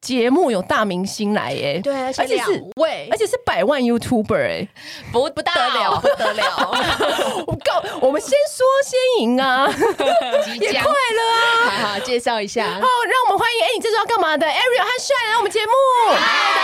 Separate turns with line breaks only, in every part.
节目有大明星来耶、
对，而
且是
位
而且是百万 YouTuber 哎、
不不得了，不得了，
我告我们先说先 赢啊，
即
也快
将。
了啊！
好好介绍一下
好，，让我们欢迎哎、你这周要干嘛的 Ariel 和帅来我们节目。
啊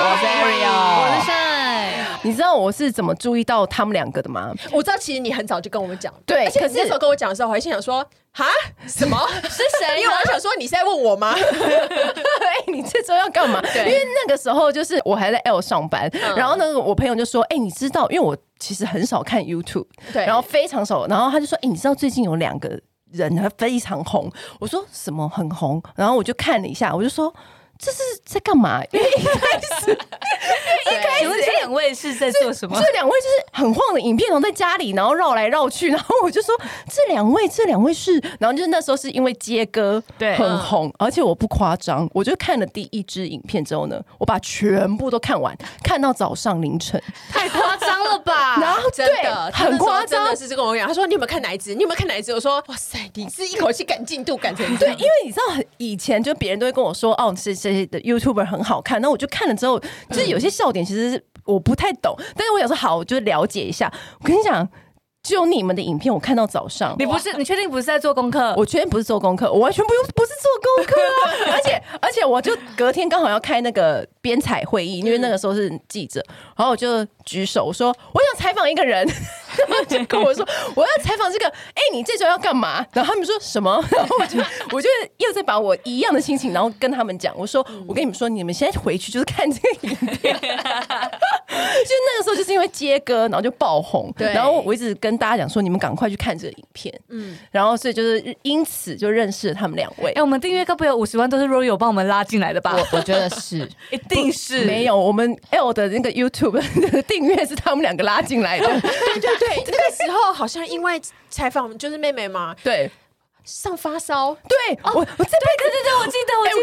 我是 Ariel
我是帅，
你知道我是怎么注意到他们两个的吗？
我知道其实你很早就跟我们讲，
对
而且
可
你
是
那时候跟我讲的时候，我还心想说，哈，什么？
是谁
因为我还想说你是在问我吗？
哎、你这周要干嘛？因
对嗯
为那个时候就是我还在 L 上班，然后呢，我朋友就说：“哎、你知道，因为我其实很少看 YouTube，
对
然后非常少，然后他就说：‘哎、你知道最近有两个人他非常红。’我说：‘什么很红？’然后我就看了一下，我就说。这是在干嘛？因为一开始
请问这两位是在做什么？啊
这两位就是很晃的影片，然后在家里，然后绕来绕去，然后我就说这两位，这两位是，然后就是那时候是因为接歌
对
很红，而且我不夸张，我就看了第一支影片之后呢，我把全部都看完，看到早上凌晨，
太夸张了吧！
然后
真
对
的，他那时候
很夸
真
张
的，是这个我讲。他说你有没有看哪一支？你有没有看哪一支？我说哇塞，你是一口气赶进度赶成这
对，
样
因为你知道，很以前就别人都会跟我说，哦，谁谁谁的 YouTuber 很好看，那我就看了之后，就是有些笑点其实是我不太懂，但是我想说好，我就了解一下。我跟你讲，只有你们的影片我看到早上，
你不是你确定不是在做功课？
我昨天不是做功课，我完全不用，不是做功课啊！而且而且，我就隔天刚好要开那个编采会议，因为那个时候是记者，然后我就举手我说我想采访一个人，然后就跟我说我要采访这个，哎、你这周要干嘛？然后他们说什么？ 然后我就我就又在把我一样的心情，然后跟他们讲，我说我跟你们说，你们现在回去就是看这个影片， 就那个时候就是因为接歌，然后就爆红，
对
然后我一直跟大家讲说，你们赶快去看这个影片，嗯，然后所以就是因此就认识了他们两位。
哎，我们订阅该不会有五十万都是 Royal 帮我们拉进来的吧？
我我觉得是，
一定是
没。有，我们 L 的那个 YouTube 的订阅是他们两个拉进来 的，
对对对，那个时候好像因为采访就是妹妹嘛，
对
上发烧，
对，我我这辈子
哦对对对，我记得，我
哎，我跟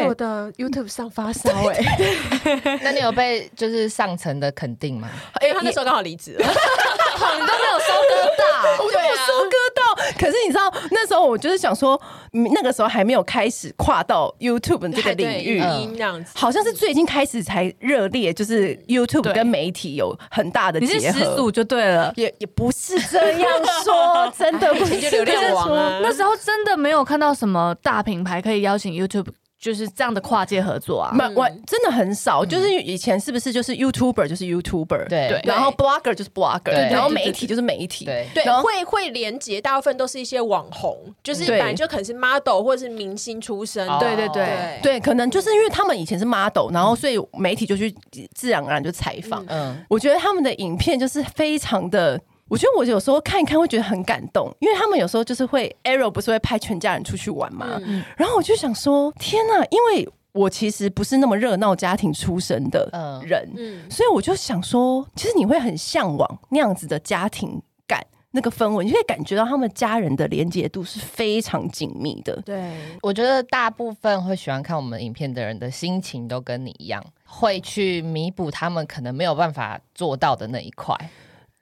你讲，第一次上发烧哎、
得。
我的 YouTube 上发烧哎、
那你有被就是上层的肯定吗？
因为他那时候刚好离职 了，
捧都没有收割到，
我
啊
都没有收割到。可是你知道，那时候我就是想说，嗯那个时候还没有开始跨到 YouTube 这个
对
领域，
嗯
影音这样子，
好像是最近开始才热烈，就是 YouTube
对
跟媒体有很大的
你是
结
始
合。
祖就对了。
嗯
也也不是这样 说，真的不
以
是
前 就流
这
量
样
王
说。
啊，
那时候真的没有看到什么大品牌可以邀请 YouTube 就是这样的跨界合作啊。
没，我
嗯
真的很少，就是以前是不是就是 YouTuber 就是 YouTuber，
对
对
然后 Blogger 就是 Blogger，
对
然后媒体就是媒体，
对
对
然，后
会会连接，大部分都是一些网红，就是
对
本来就可能是 model 或者是明星出身的，
哦
对对对
对
对，可能就是因为他们以前是 model，然后所以媒体就去自然而然就采访。
嗯，
我觉得他们的影片就是非常的。我觉得我有时候看一看会觉得很感动，因为他们有时候就是会 Arrow 不是会派全家人出去玩嘛，
嗯
然后我就想说，天呐，因为我其实不是那么热闹家庭出身的
嗯
人，
嗯，
所以我就想说，其实你会很向往那样子的家庭感，那个氛围，你会感觉到他们家人的连结度是非常紧密的。
对，
我觉得大部分会喜欢看我们影片的人的心情都跟你一样，会去弥补他们可能没有办法做到的那一块。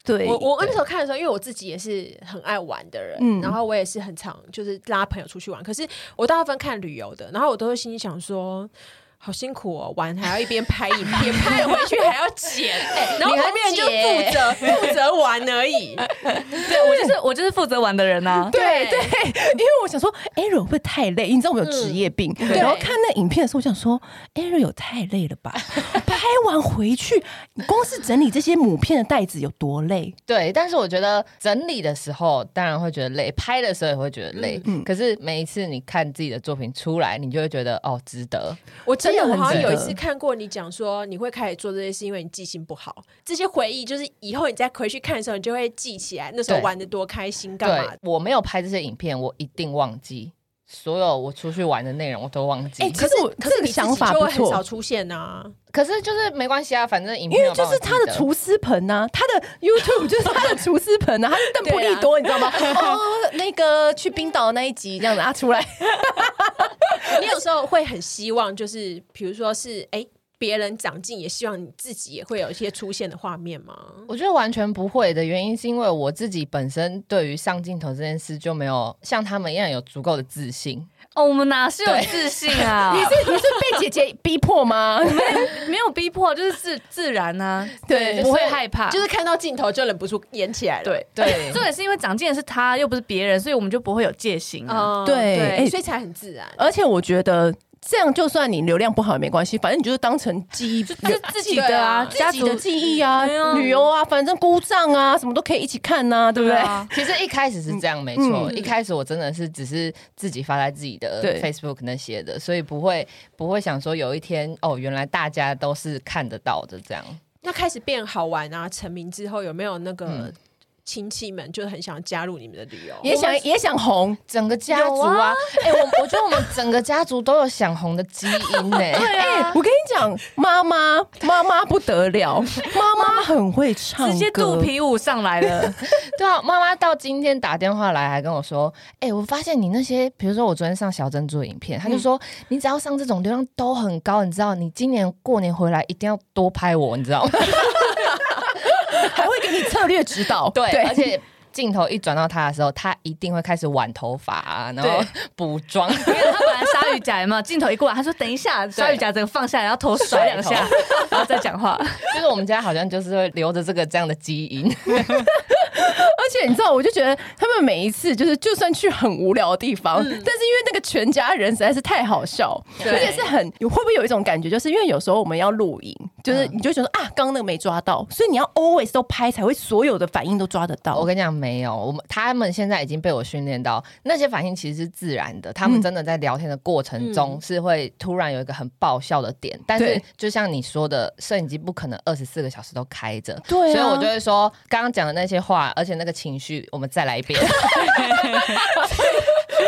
对，
我我那时候看的时候，因为我自己也是很爱玩的人，
嗯
然后我也是很常就是拉朋友出去玩，可是我大部分看旅游的，然后我都会心里想说。好辛苦哦，玩还要一边拍影 片，拍了回去还要剪，哎然后
你
后
还
面就
剪
负责负责玩而 已。
对我就是我就是负责玩的人呐、啊。
对对，因为我想说 a r r o 会不会太累？你知道我们有
嗯
职业病，然后看那影片的时候，我想说 a r r o 有太累了吧？拍完回去，你光是整理这些母片的袋子有多累？
对，但是我觉得整理的时候当然会觉得累，拍的时候也会觉得累。
嗯
可是每一次你看自己的作品出来，你就会觉得哦，值得。
我记得我好像有一
真的很值
次
得
看过你讲说，你会开始做这些事，因为你记性不好。这些回忆就是以后你再回去看的时候，你就会记起来那时候
对
玩的多开心，干嘛
对
的。，
我没有拍这些影片，我一定忘记所有我出去玩的内容，我都忘记。
哎可是我
可
这
是
个
你自己
想法
就
不
会很
错
少出现啊。
可是就是没关系啊，反正影
因
片
为
有
就
帮我
是
记
他的厨师盆呐、啊，他 的 YouTube 就是他的厨师盆呐、啊，他是邓布 利多，你知道吗？哦，那个去冰岛的那一集这样子啊出来，
你有时候会很希望，就是比如说是哎。别人长进，也希望你自己也会有一些出现的画面吗？
我觉得完全不会的原因，是因为我自己本身对于上镜头这件事就没有像他们一样有足够的自信。
哦，我们哪是有自信啊？
你 是你是被姐姐逼迫吗？
没有逼迫，就是自自然啊，
对
不会害怕，
就是看到镜头就忍不住演起来了。
对。
啊 对，
重点是因为长进的是他，又不是别人，所以我们就不会有戒心啊。
嗯
哦，
对哎
所以才很自然。
而且我觉得这样，就算你流量不好也没关系，反正你就是当成记忆，
就是自己的啊，
家
家
己
族
的记忆啊
对啊，
旅游啊，反正故障啊，什么都可以一起看呐、对不对？
啊
其实一开始是这样，
嗯
没错。一开始我真的是只是自己发在自己的
对
Facebook 那些的，所以不会不会想说有一天哦，原来大家都是看得到的这样。
那开始变好玩啊，成名之后有没有那个
嗯
亲戚们就是很想加入你们的旅游？
也想也想红，
整个家族啊，哎、我我觉得我们整个家族都有想红的基因 呢、
对啊，
哎我跟你讲，妈妈妈妈不得了，妈妈很会唱歌，
直接肚皮舞上来了，
对啊，妈妈到今天打电话来还跟我说，哎、我发现你那些，比如说我昨天上小珍珠的影片，她就说、你只要上这种流量都很高，你知道，你今年过年回来一定要多拍我，你知道吗？
还会给你策略指导，
对，而且。镜头一转到她的时候，她一定会开始挽头发、啊，然后
对
补妆，
因为他本来鲨鱼夹嘛，镜头一过来，他说等一下，鲨鱼夹整个放下来，然后头甩两下
甩，
然后再讲话。
就是我们家好像就是会留着这个这样的基因。
而且你知道，我就觉得他们每一次就是，就算去很无聊的地方，但是因为那个全家人实在是太好笑，
对
而且是很有会不会有一种感觉，就是因为有时候我们要录影，就是
嗯
你就觉得啊，刚刚那个没抓到，所以你要 always 都拍，才会所有的反应都抓得到。
我跟你讲，没有，我们他们现在已经被我训练到，那些反应其实是自然的。他们
嗯
真的在聊天的过程中是会突然有一个很爆笑的点，但是
对
就像你说的，摄影机不可能二十四个小时都开着，
对啊
所以我就会说刚刚讲的那些话，而且那个情绪，我们再来一遍。 可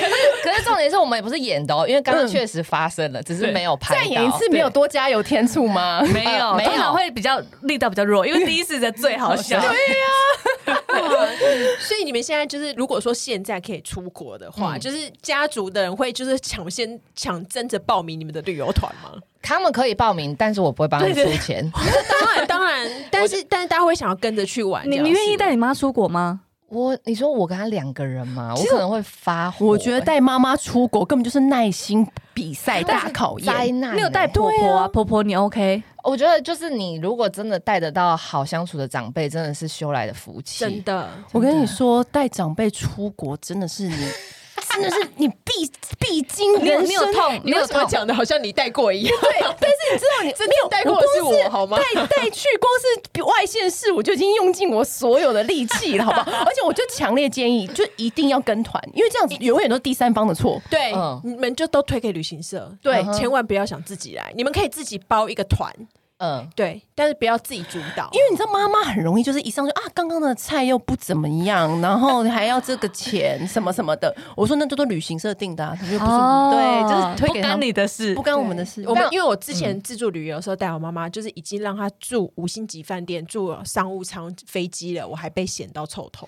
是，可是重点是我们也不是演的哦，因为刚刚
嗯
确实发生了，只是
对
没有拍到。
再演一次，没有多加油添醋吗？
没 有，
没有
通常会比较力道比较弱，因为第一次的最好笑。
所以你们现在就是，如果说现在可以出国的话，
嗯
就是家族的人会就是抢先抢争着报名你们的旅游团吗？
他们可以报名，但是我不会帮他们
对
出
对
钱。
当然，当 然，但是但是大家会想要跟着去玩。
你
这样
你
子
愿意带？你妈出国吗？
我你说我跟他两个人嘛，我
其实
可能会发火。
我觉得
欸
带妈妈出国根本就是耐心比赛大考
灾
验。
难、欸。
你有带婆婆
对
啊？
啊
婆婆你 OK？
我觉得就是你如果真的带得到好相处的长辈，真的是修来的福气。
真的，
我跟你说，带长辈出国真的是你，真的是你必必经
你有
人
你有
生
痛，你
你为
有
什么
痛。
讲的好像你带过一样？
对，但是你知道你
真正
没有
带过的是我
光
好吗
带带去光是外县市，我就已经用尽我所有的力气了，好不 好？而且我就强烈建议，就一定要跟团，因为这样子永远都是第三方的错。
对
嗯，
你们就都推给旅行社，
对
嗯哼千万不要想自己来，你们可以自己包一个团，
嗯，
对，但是不要自己主导，
因为你知道，妈妈很容易就是一上去啊，刚刚的菜又不怎么样，然后还要这个钱什么什么的。我说那都都旅行社定的、啊，他们又不是、对，就是推给
哦不
他
干
们，
你的事
不。干我们的事。
哦我们
但
因为我之前自助旅游的时候带我妈妈，就是已经让她住五星级饭店，住商务舱飞机了，我还被嫌到臭头。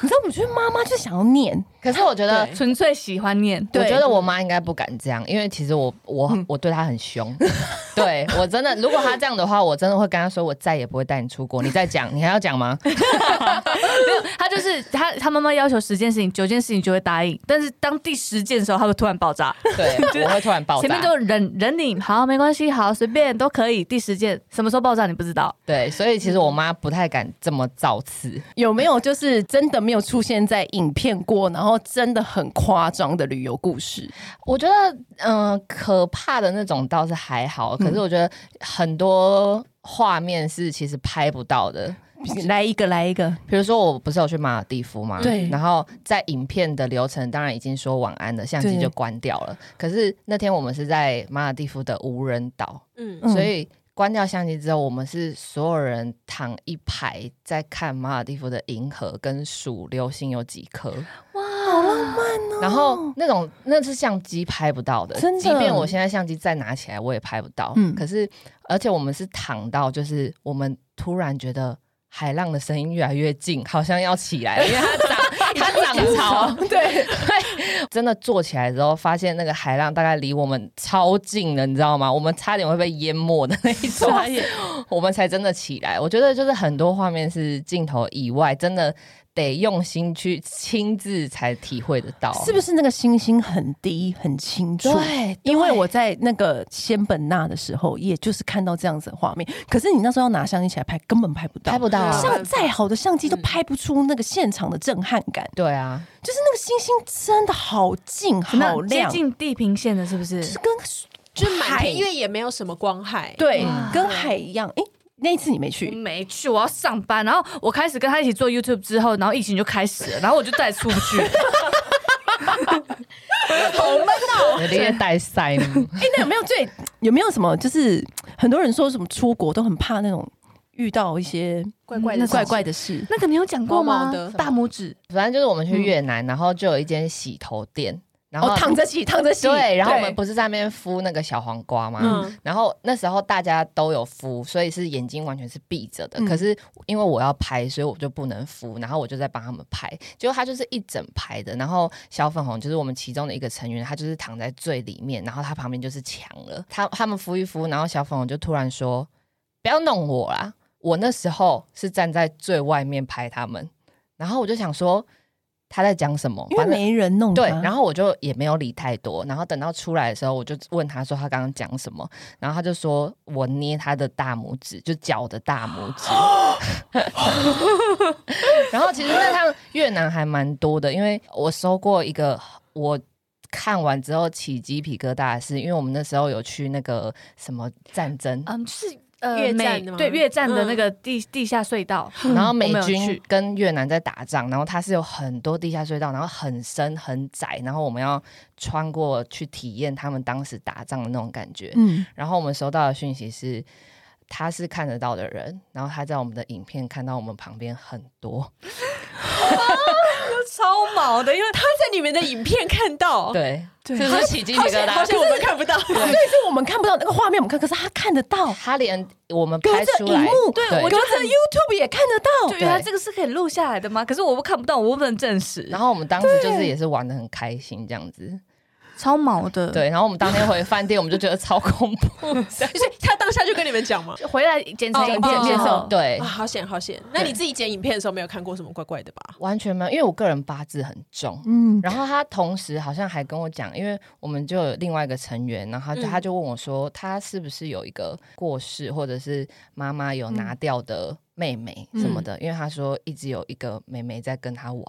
你知道，我觉得妈妈就想要念，
可是我觉得
对。
纯粹喜欢念，
我
对
觉得我妈应该不敢这样，因为其实我我我对她很凶，对我真的，如果她这样的话，我真的会跟她说，我再也不会带你出国。你再讲，你还要讲吗？
没有他就是他，他妈妈要求十件事情，九件事情就会答应，但是当第十件的时候，他会突然爆炸。
对，我会突然爆炸。
前面就忍忍你，好，没关系，好，随便都可以。第十件什么时候爆炸你不知道，
对，所以其实我妈不太敢这么造次。
有没有就是真的没有出现在影片过，然后真的很夸张的旅游故事？
我觉得，嗯、可怕的那种倒是还好，
嗯
可是我觉得很多画面是其实拍不到的。
来一个，来一个，
比如说，我不是有去马尔蒂夫嘛，
对
然后在影片的流程当然已经说晚安了，相机
对
就关掉了。可是那天我们是在马尔蒂夫的无人岛，
嗯，
嗯
所以关掉相机之后，我们是所有人躺一排在看马尔蒂夫的银河跟数流星有几颗。
哇，好浪漫。
然后那种那是相机拍不到的，
哦真的
即便我现在相机再拿起来，我也拍不到。
嗯
可是而且我们是躺到，就是我们突然觉得海浪的 声音越来越近，好像要起来了，因为它涨它涨潮。
对，
真的坐起来之后，发现那个海浪大概离我们超近了，你知道吗？我们差点会被淹没的那一种，我们才真的起来。我觉得就是很多画面是镜头以外，真的得用心去亲自才体会得到，
是不是那个星星很低很清楚？
对，
因为
对
我在那个仙本那的时候，也就是看到这样子的画面。可是你那时候要拿相机起来拍，根本拍不到，
拍不到嗯啊，
像再好的相机都拍不出那个现场的震撼感。
对啊，
就是那个星星真的好近，
怎么
好
样接
亮，
近地平线的，是不是？
就是跟
就是满
海
天，因为也没有什么光害。
对
哇，
跟海一样。哎，那一次你没
我
去，
没去，我要上班。然后我开始跟他一起做 YouTube 之后，然后疫情就开始了，然后我就再也出 不去。
有点带塞呢。
哎，那有没有最有没有什么？就是很多人说什么出国都很怕那种遇到一些嗯
怪怪
那
的，
种
怪怪的事，
那个你有讲过
毛
吗
毛的？
大拇指，
反正就是我们去越南，然后就有一间洗头店，然后
哦，躺着洗，躺着洗，
对，然后我们不是在那边敷那个小黄瓜吗？
嗯
然后那时候大家都有敷，所以是眼睛完全是闭着的。
嗯
可是因为我要拍，所以我就不能敷，然后我就在帮他们拍。结果他就是一整排的，然后小粉红就是我们其中的一个成员，他就是躺在最里面，然后他旁边就是墙了。他他们敷一敷，然后小粉红就突然说：“不要弄我啦！”我那时候是站在最外面拍他们，然后我就想说他在讲什么，
因为
反正
没人弄它。
对，然后我就也没有理太多，然后等到出来的时候，我就问他说他刚刚讲什么，然后他就说我捏他的大拇指，就脚的大拇指。 然后其实那趟越南还蛮多的，因为我收过一个我。看完之后起鸡皮疙瘩的是，因为我们那时候有去那个什么战争，
嗯，就是呃
越
美
战的吗
对越战的
嗯
那个地地下隧道，
然后美
我没有
军
去
跟越南在打仗，然后它是有很多地下隧道，然后很深很窄，然后我们要穿过去体验他们当时打仗的那种感觉。
嗯，
然后我们收到的讯息是，他是看得到的人，然后他在我们的影片看到我们旁边很多，
超毛的，因为
他在你们的影片看到，
哦对，
对
是不是起鸡皮
好
疙
像好
瘩？
像我们看不到。
对，是我们看不到那个画面，我们看，可是他看得到，
他连我们
隔
拍
着
出
荧
来，
幕，
对
隔着 YouTube 也看得到，
对，原来
对
这个是可以录下来的吗？可是我不看不到，我不能证实。
然
后
后我们当时就是也是玩的很开心这样子，
超毛的，，
对。然后我们当天回饭店，我们就觉得超恐怖，
所以他当下就跟你们讲嘛。
回来剪成
哦
影片
哦
之
哦
后，
对
啊，，好险好险！那你自己剪影片的时候没有看过什么怪怪的 吧？
完全没有，因为我个人八字很重。
嗯，
然后他同时好像还跟我讲，因为我们就有另外一个成员，然后他就、
嗯
他就问我说，他是不是有一个过世，或者是妈妈有拿掉的妹妹
嗯
什么的？因为他说一直有一个妹妹在跟他玩，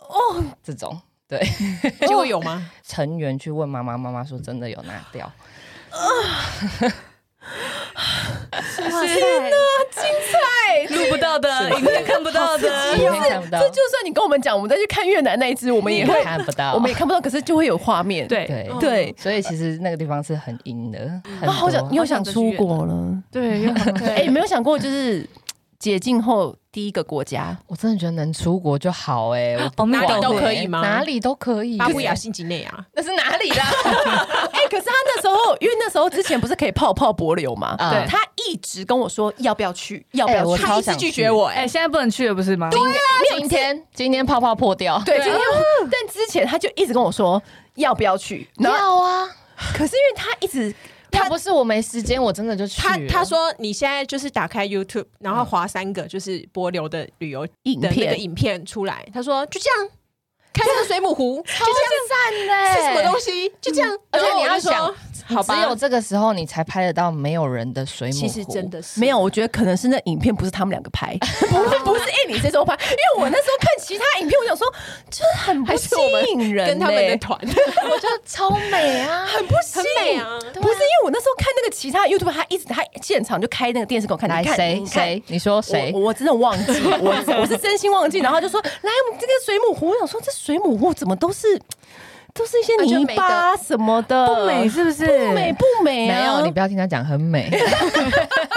哦，这种
结果有吗？
成员去问妈妈，妈妈说真的有拿 掉，
哇塞，录不到的，影片看不到的，
影片看不到
哎这，就算你跟我们讲，我们再去看越南那一只，我们也会，
看不到，
我们也看不到，可是就会有画面。
对
对。
嗯
对，
所以其实那个地方是很阴的，
啊，
很多
好想又想
好想着去
出国了。
对，又很
哎，有没有想过就是解禁后第一个国家？
我真的觉得能出国就好哎、我
哦
哪
哪
里
里
都
都
可以吗？
哪里都可以，
巴布亚新几内亚，
那是哪里啦？
哎，可是他那时候，因为那时候之前不是可以泡泡柏流嘛，
啊
对
他一直跟我说要不要去，要不要
哎我
去。
超
他一直
想
拒
去
绝我哎
哎，。现在不能去了，不是吗？
今天今天泡泡破掉，
对，今天，但之前他就一直跟我说要不要去，然后
要啊！
可是因为他一直
要不是我没时间，我真的就去
他
了。
他说你现在就是打开 YouTube，然后划三个就是波流的旅游的
影
那个
片，
影片出来，他说就这样。看这个水母湖，就这
赞嘞，
样是什么东西？就这样，
哎嗯而且
然后
你
我
要
就说
想，
好
只有
吧，
这个时候你才拍得到没有人的水母湖。
其实真的是
没有，我觉得可能是那影片不是他们两个拍，不会不是哎你这时候拍，因为我那时候看其他影片，我想说就是很不吸引人、欸，
跟他们的团很
我觉得超美啊！
很不吸
美
引。
啊。
不是因为我那时候看那个其他 YouTube，他一直他现场就开那个电视给我看，
来
你看
谁？谁？你说
你看
谁
我？我真的忘记，我 我是真心忘记，然后就说来我们这个水母湖，我想说这水母湖怎么都是都是一些泥巴什么的，
不美是不是？
不美不美
没
啊，
有，你不要听他讲 很美。
哎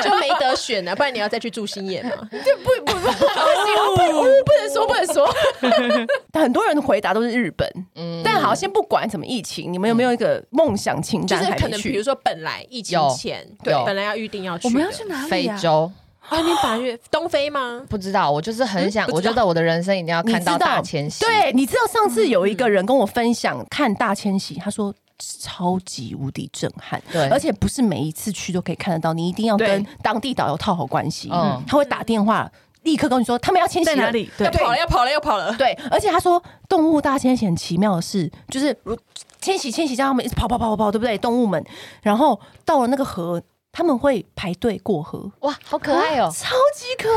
就没得选啊，不然你要再去住新野 嘛。
对不不不不不行，不不能说不能说。但很多人的回答都是日本，
嗯
但好，先不管什么疫情，你们有没有一个梦想清
就
单
是
还
可
没
能比如
去？
说本来疫情
有
前，
有
本来要预定要去，
我们要去。哪
非
里啊？
洲
啊，你八月东非吗？
不知道，我就是很想，
不知道
我觉得我的人生一定要看
你
到
知道
大迁徙。，
对，你知道上次有一个人跟我分享看大迁徙，他说。超级无敌震撼，
对
而且不是每一次去都可以看得到，你一定要
对
跟当地导游套好关系，
嗯
他会打电话立刻跟你说他们要迁徙
在
了
哪里？对
要，跑了，要跑了，要跑了。
对，而且他说动物大迁徙很奇妙的是，就是如迁徙迁徙，让他们一直跑跑跑跑跑，对不对？动物们，然后到了那个河，他们会排队过河，
哇，好可 爱哦！
超级可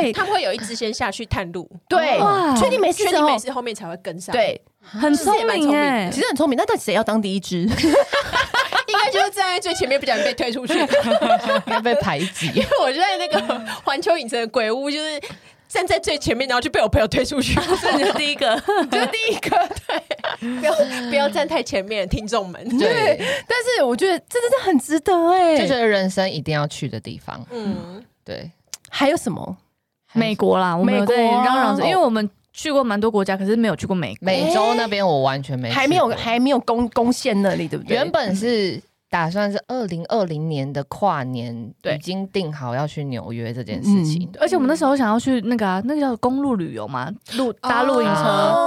爱。
他们会有一只先下去探路，
对
哇，
确定没事
确定
哦
没。事，后面才会跟上。，
对，
很聪
其实也蛮聪
明
明的
哎
其。实很聪明，那到底谁要当第一只？
应该就是站在最前面，不小心被推出去。
要被排 挤，
我就在那个环球影城的鬼屋，就是站在最前面，然后就被我朋友推出去。
这是第一个，
就是第一个，对，不要不要站太前面，听众们。
对，
但是我觉得这真的很值得哎、
就觉得人生一定要去的地方。
嗯，
对，
还有什么？
美国啦，我们有在
美国啊
嚷嚷着，因为我们去过蛮多国家，可是没有去过美国。
美洲那边我完全哎没去过，
还没有还没有攻攻陷那里，对不对？
原本是打算是二零二零年的跨年，
对嗯
已经定好要去纽约这件事情。
而且我们那时候想要去那个啊，那个叫公路旅游嘛，路搭露营
哦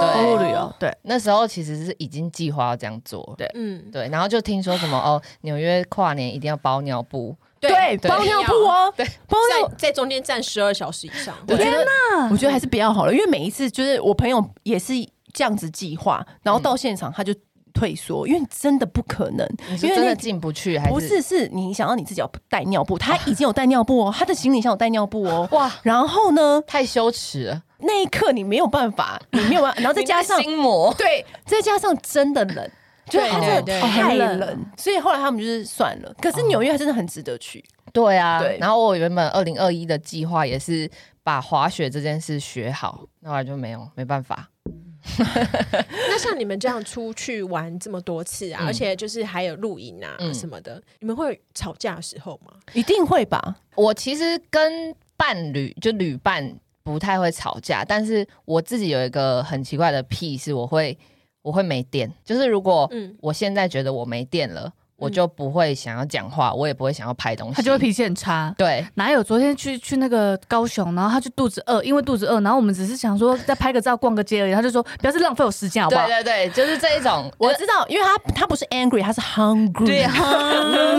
车，
对
公路旅游，对，
那时候其实是已经计划要这样做了，
嗯，
对，然后就听说什么哦，纽约跨年一定要包尿布，
对
对
包尿布哦，对包尿
在在中间站十二小时以上，
我觉得，
呐
我觉得还是不要好了，因为每一次就是我朋友也是这样子计划，然后到现场他就退缩，因为真的不可能，
你是
因为
真的
那。
进不去还
不是，是你想要你自己要带尿布，他已经有带尿布哦，他的行李箱有带尿布哦。
哇，
然后呢，
太羞耻了，
那一刻你没有办法，你没有办法，然后再加上
你那个心魔，
对，再加上真的冷，就是它真
对
的
对
太
对
冷，
很冷
所以后来他们就是算了。可是纽约还真的很值得去，
对啊。
对
然后我原本二零二一的计划也是把滑雪这件事学好，那后来就没有，没办法。
那像你们这样出去玩这么多次啊，
嗯
而且就是还有露营啊
嗯
什么的，你们会有吵架的时候吗？
一定会吧？
我其实跟伴侣就旅伴不太会吵架，但是我自己有一个很奇怪的癖，是我会我会没电，就是如果
嗯，
我现在觉得我没电了，我就不会想要讲话，我也不会想要拍东西，
嗯他就会脾气很差。
对。
哪有昨天去去那个高雄，然后他就肚子饿，因为肚子饿，然后我们只是想说再拍个照、逛个街而已，他就说不要是浪费我时间好不
对
好？
对对，就是这 一种，
我知道，因为他他不是 angry，他是 hungry。
对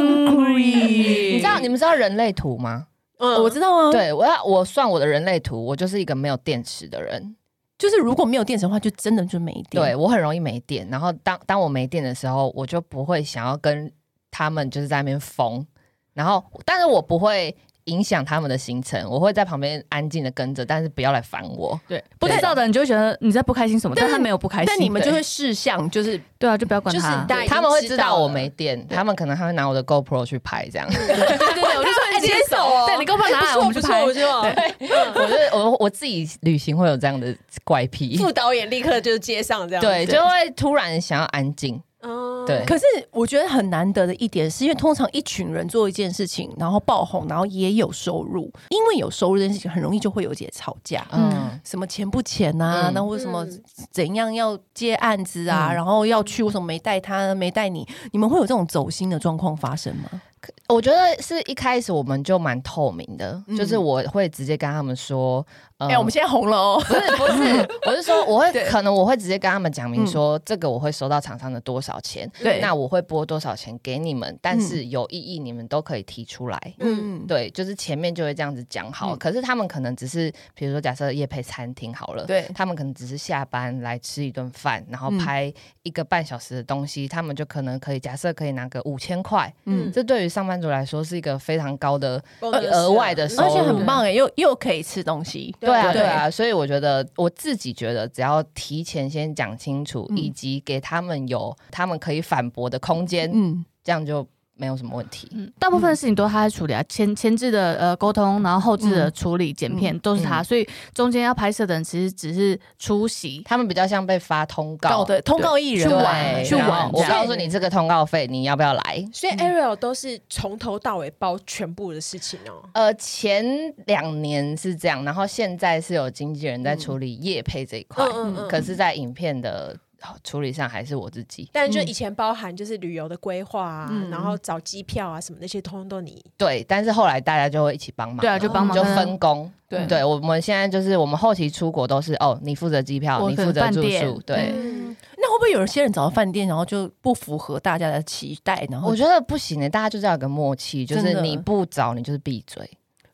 ，hungry，
你知道你们知道人类图吗？
嗯
呃我知道啊。，
对我要我算我的人类图，我就是一个没有电池的人，
就是如果没有电池的话，就真的就没电。
对，我很容易没电。然后当当我没电的时候，我就不会想要跟他们就是在那边疯，然后但是我不会影响他们的行程，我会在旁边安静的跟着，但是不要来烦我。
对，不知道的你就会觉得你在不开心什么，
但
但
是
他没有不开心，
但你们就
对
会事项 就是
对啊，就不要管
就是
他。
大家已经
他们会知
知
道
道
我
了
没电，他们可能还会拿我的 GoPro 去拍这样。
对对对，我就说
哎你的手哦
对你跟我拿来，我们
不
去
错
拍
不。错，哦
我就我我自己旅行会有这样的怪癖，
副导演立刻就接上这样，
对，就会突然想要安静。
嗯
对
可是我觉得很难得的一点，是因为通常一群人做一件事情，然后爆红，然后也有收入，因为有收入这件事情，很容易就会有一些吵架。
嗯，
什么钱不钱啊，
嗯
那、或者什么
嗯
怎样要接案子啊，
嗯
然后要去，为什么没带他，没带你？你们会有这种走心的状况发生吗？
我觉得是一开始我们就蛮透明的，
嗯
就是我会直接跟他们说，哎
哎、我们现在红了哦，
不是不是，我是说，我会
对嗯
可能我会直接跟他们讲明说，这个我会收到厂商的多少钱，
对
那我会拨多少钱给你们，但是有异议你们都可以提出来。
嗯
嗯，
对，就是前面就会这样子讲好，
嗯
可是他们可能只是，比如说假设夜配餐厅好了，
对
他们可能只是下班来吃一顿饭，然后
嗯
拍一个半小时的东西，他们就可能可以假设可以拿个五千块，
嗯
嗯，
这对于上班族来说是一个非常高的
bonus
额外的
啊
收
而
入
且很棒哎、又又可以吃东西，
对啊，
对
对啊，所以我觉得我自己觉得，只要提前先讲清楚，
嗯
以及给他们有他们可以反驳的空间，
嗯，
这样就没有什么问题。
嗯，大部分的事情都是他在处理啊，前前置的呃沟通，然后后置的处理、剪片都是他，所以中间要拍摄的人其实只是出席，
他们比较像被发通
告
告
的通告艺人
对
哦去玩去
然后
玩
我
这样
告诉你这个通告费，你要不要来？
所以 Ariel 都是从头到尾包全部的事情哦。
呃，
嗯
前两年是
嗯
这样，然后现在是有经纪人在处理业配这一块，
嗯嗯嗯
可是，在影片的处理上还是我自己。
但就以前包含就是旅游的规划啊，
嗯
然后找机票啊什么那些，通通都你
对，但是后来大家就会一起帮忙，
对啊，就帮忙
就
跟
分工。
对
对，我们现在就是我们后期出国都是哦，你负责机票，
我
你
可能
负责
饭
住
店
宿，对。
嗯
那会不会有些人找到饭店，然后就不符合大家的期待？然后
我觉得不行欸的，大家就是要有个默契，就
真
是
的
你不找你就是闭嘴。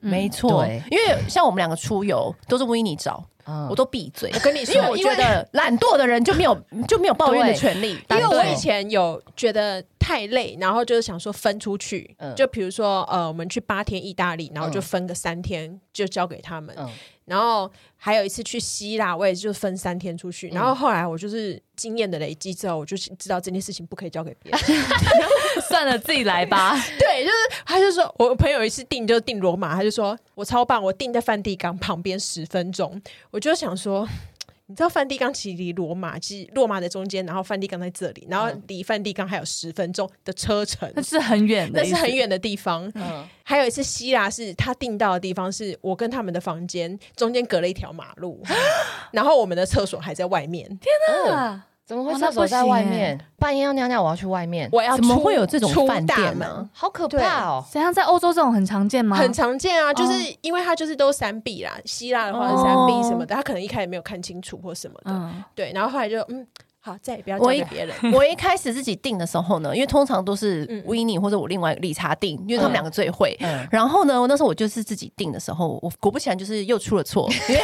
嗯
没错
对，
因为像我们两个出游都是维尼找，
嗯
我都闭嘴。
我跟你
因为
说，
我
因
觉
为
得懒惰的人就没有 就没有抱怨的
对
权利。
因为
懒惰
我以前有觉得太累，然后就是想说分出去，
嗯
就比如说呃，我们去八天意大利，然后就
嗯
分个三天就交给他们，
嗯
然后还有一次去希腊，我也就分三天出去，
嗯
然后后来我就是经验的累积之后，我就知道这件事情不可以交给别人。
算了，自己来吧。
对，就是他就说，我朋友有一次订就订罗马，他就说我超棒，我订在梵蒂冈旁边十分钟，我就想说。你知道梵蒂冈其实离罗马，其实罗马的中间，然后梵蒂冈在这里，然后离梵蒂冈还有十分钟的车程，
嗯那是很远的
那
意思，
是很远的地方。
嗯，
还有一次希腊是他订到的地方是我跟他们的房间中间隔了一条马 路，然后我们的厕所还在外面，
嗯
啊。
怎么
哇
会
那
厕所
不
在
行
外
欸
面？半夜要尿尿，我要去外面，
我要
怎么
出
会有这种
出
饭
大
店
门？
呢？
好可
对
怕哦！
怎样在欧洲这种很常见吗？
很常见啊，就是
哦
因为它就是都三 B 啦，希腊的话是三 B 什么的，他可能一开始没有看清楚或什么的，
嗯，
对，然后后来就嗯，好，再也不要交
我
给
一
别人。
我一开始自己订的时候呢，因为通常都是
嗯
w i n n i 或者我另外一个理查订，因为他们两个最会。
嗯，
然后呢，我那时候我就是自己订的时候，我果不其然就是又出了错，因为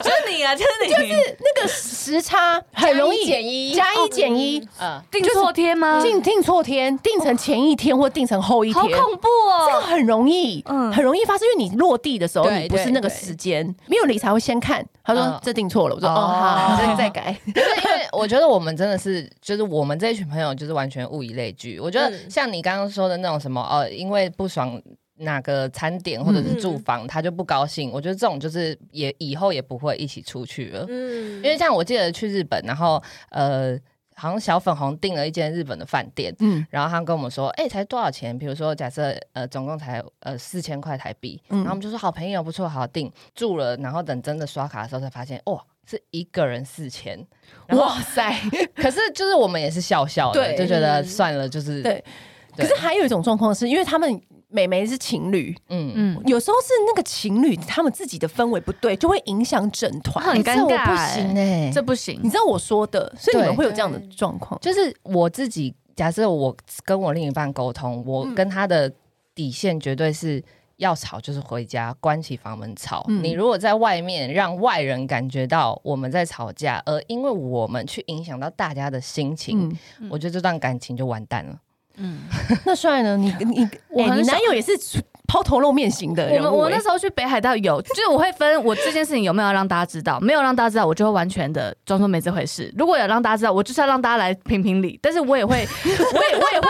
就是你啊，就是你，就是
那个时差很容易
加一减一
加一减一，
嗯，
订错贴吗？
订订错天，订成前一天或订成后一
好
天。
恐怖
这个
哦！
很容易，
嗯
很容易发生，因为你落地的时候
对
你不是那个时间，没有理财会先看，他说
嗯
这订错了，我说哦
哦
好，再再 改，
就是因为我觉得我们真的是，就是我们这一群朋友就是完全物以类聚。我觉得
嗯
像你刚刚说的那种什么，呃，因为不爽哪个餐点或者是住房，他就不高兴。我觉得这种就是也以后也不会一起出去了。
嗯，
因为像我记得去日本，然后呃，好像小粉红订了一间日本的饭店，
嗯
然后他跟我们说，哎、才多少钱？比如说假设呃，总共才呃四千块台币，
嗯
然后我们就说好便宜哦，不错，好订住了，然后等真的刷卡的时候才发现，哇、是一个人四千，然后
哇塞，
可是就是我们也是笑笑的，
对
就觉得
嗯
算了，就是
对。可
对
是还有一种状况是，因为他们美眉是情侣，
嗯嗯，
嗯，
有时候是那个情侣他们自己的氛围不对，就会影响整团。
很尴
这我
尬
不
欸
嗯
行哎、
这不行
你。知道我说的，所以你们
对
会有这样的状况。
就是我自己，假设我跟我另一半沟通，我跟他的底线绝对是要吵，就是回家关起房门吵。
嗯
你如果在外面让外人感觉到我们在吵架，而因为我们去影响到大家的心情，
嗯，
我觉得这段感情就完蛋了。
嗯，
那帅呢？你你
我
哎
很
你
少
男友也是抛头露面型的
我
人
们
物
我
哎
那时候去北海道有， 就是我会分我这件事情有没有让大家知道，没有让大家知道，我就会完全的装作没这回事。如果有让大家知道，我就是要让大家来评评理，但是我也会， 我也我也会，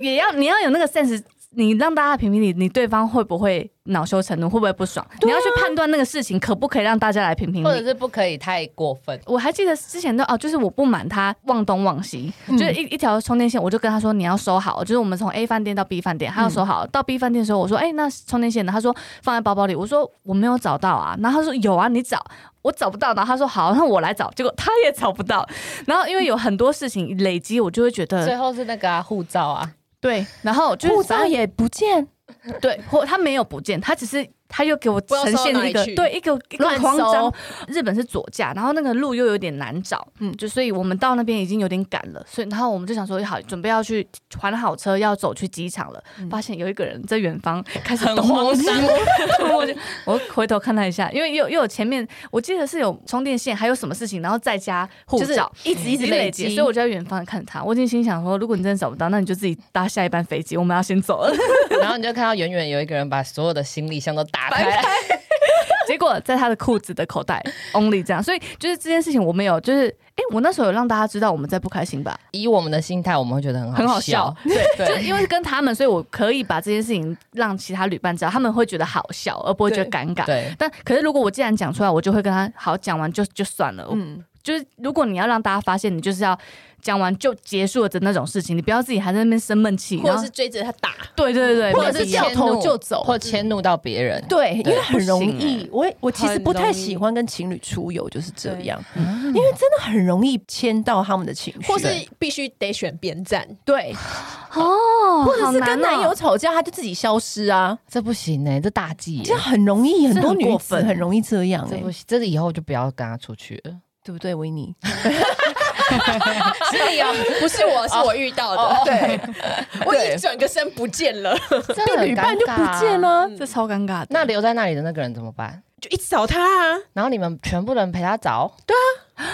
也要你要有那个 sense。你让大家评评理，你对方会不会恼羞成怒，会不会不爽？你要去判断那个事情可不可以让大家来评评理，
或者是不可以太过分，
我还记得之前的哦，就是我不满他忘东忘西，就是一一条充电线，我就跟他说你要收好，就是我们从 A 饭店到 B 饭店，他要收好。到 B 饭店的时候，我说哎、那充电线呢？他说放在包包里。我说我没有找到啊，然后他说有啊，你找。我找不到，然后他说好，那我来找，结果他也找不到。然后因为有很多事情累积，我就会觉
最
得
后是那个、啊、护照啊，
对，然后就是
护照也不见，
对，或他没有不见，他只是他又给我
不知道
呈现
收到哪里
一个
去
对一个一个
乱
慌张
搜。
日本是左驾，然后那个路又有点难找，
嗯
嗯，就所以我们到那边已经有点赶了，所以然后我们就想说好，准备要去还好车，要走去机场了，发现有一个人在远方开始很
慌张
我就我回头看他一下，因为又又有前面我记得是有充电线，还有什么事情，然后再加护
就是
照。
一直一直累积，
所以我就在远方看他。我已经心想说，如果你真的找不到，那你就自己搭下一班飞机，我们要先走了。
然后你就看到远远有一个人把所有的行李箱都打开来，
结果在他的裤子的口袋 only 这样，所以就是这件事情我没有，就是哎、诶我那时候有让大家知道我们在不开心吧，
以我们的心态，我们会觉得很好
很好
笑
笑，
对
就是因为跟他们，所以我可以把这件事情让其他旅伴知道，他们会觉得好笑，而不会觉得尴尬。
对
但可是如果我既然讲出来，我就会跟他好讲完就就算了，
嗯，
就是如果你要让大家发现，你就是要讲完就结束了的那种事情，你不要自己还在那边生闷气，
或
然
者
后
是追着他打，
对对对，
或
没有
者是
必要
掉头就走，
或迁怒到别人。
对，因为很容
不行
易。我我其实不
欸很
太
容易
喜欢跟情侣出游，就是这样，因为真的很容易牵到他们的情绪，
或是必须得选边站。
对，
哦，
或者是
好
跟
难
男
哦
友吵架，他就自己消失啊，
这不行呢、这大忌
这
耶、
样很容易，很多
很
女
过
子
分
很容易这样
这
哎
不，行，这个以后就不要跟他出去了。
对不对，维 尼？
是你哦，不是我，是我遇到的。
哦 对，
我一整个身不见 了，
这很
被女伴就
尴
不
尬啊
见。了，
这超尴尬的。嗯
那留在那里的那个人怎么办？
就一直找他啊，
然后你们全部人陪他找，
太尴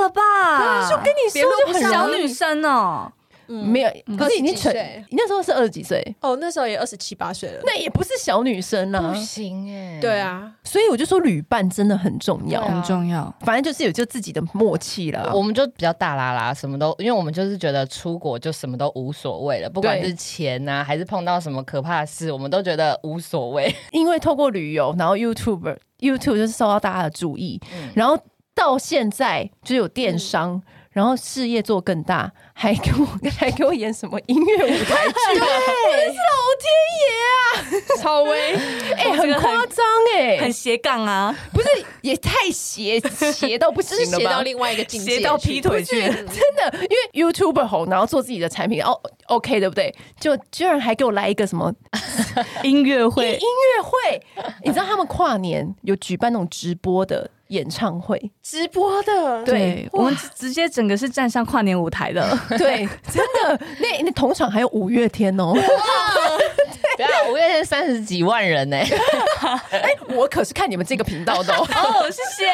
尬了吧？
啊就跟你啊
联络
说
不嗯
就很
小
容
女
易。
生哦，
没有，可是已经成
二十几岁，
你那时候是二十几岁，
哦，那时候也二十七八岁了。
那也不是小女生
不
啊，
行哎、
对，啊，
所以我就说旅伴真的很重要
对，啊
重要。
反正就是有就自己的默契了。
我们就比较大啦啦，什么都，因为我们就是觉得出国就什么都无所谓了，不管
对
是钱啊，还是碰到什么可怕的事，我们都觉得无 所谓。
因为透过旅游，然后 YouTube YouTube 就是受到大家的注意，
嗯
然后到现在就有电商。然后事业做更大，还给我 还给我演什么音乐舞台剧、啊？我真是
超威，
老啊天爷
哦
啊！哎、很夸张哎、
很斜杠啊，
不是也太邪邪到 不行
就是
了
写
吧？
到另外一个境界，
斜到劈腿 去，
真的，因为 YouTuber 红，然后做自己的产品，哦，OK，对不对？就居然还给我来一个什么
音乐
音
会
乐会，你知道他们跨年有举办那种直播的演唱会，
直播的，
对
我们直接整个是站上跨年舞 台的，
对，真的，那那同场还有五月天哦，
不要，啊五月天三十几万人欸呢、
哎， 我可是看你们这个频道 的、哦，
哦，谢谢。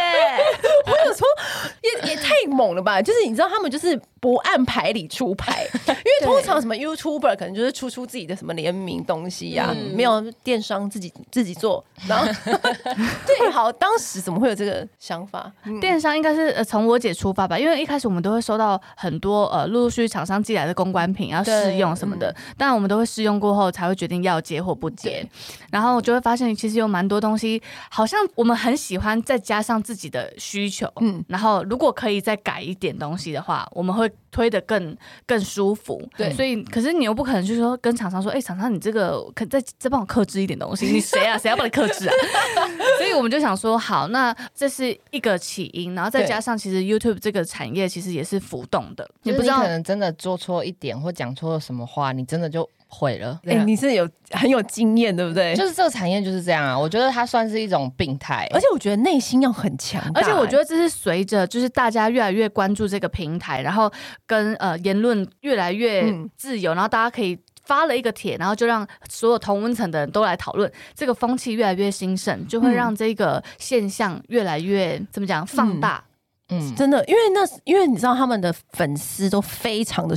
我有说也也太猛了吧？就是你知道他们就是不按牌理出牌， 因为通常什么 YouTuber 可能就是出出自己的什么联名东西呀、
嗯
没有电商自己自己做，然后 对，好，当时怎么会有这个想法？
电商应该是呃从我姐出发吧，因为一开始我们都会收到很多呃陆陆续续厂商寄来的公关品，要试用什么的，但我们都会试用过后才会决定要接或不接。然后就会发现其实有蛮多东西，好像我们很喜欢，再加上自己的需求，
嗯
嗯，然后如果可以再改一点东西的话，我们会推得更更舒服。
对
所以可是你又不可能就是说跟厂商说，哎、厂商你这个可再再帮我克制一点东 西，你谁啊？谁要帮你克制啊？ 所以我们就想说，好，那这是一个起因，然后再
对
加上其实 YouTube 这个产业其实也是浮动的，你
就
不
是你
知道
可能真的做错一点或讲错了什么话，你真的就毁了。
哎、你是有很有经验，对不对？
就是这个产业就是这样啊，我觉得它算是一种病态，
而且我觉得内心要很强大、欸
而且我觉
得
得这是随着就是大家越来越关注这个平台，然后跟呃言论越来越
嗯
自由，然后大家可以发了一个帖，然后就让所有同温层的人都来讨论，这个风气越来越兴盛，就会让这个现象越来越怎么讲放大。
嗯，
真的，因为那因为你知道他们的粉丝都非常的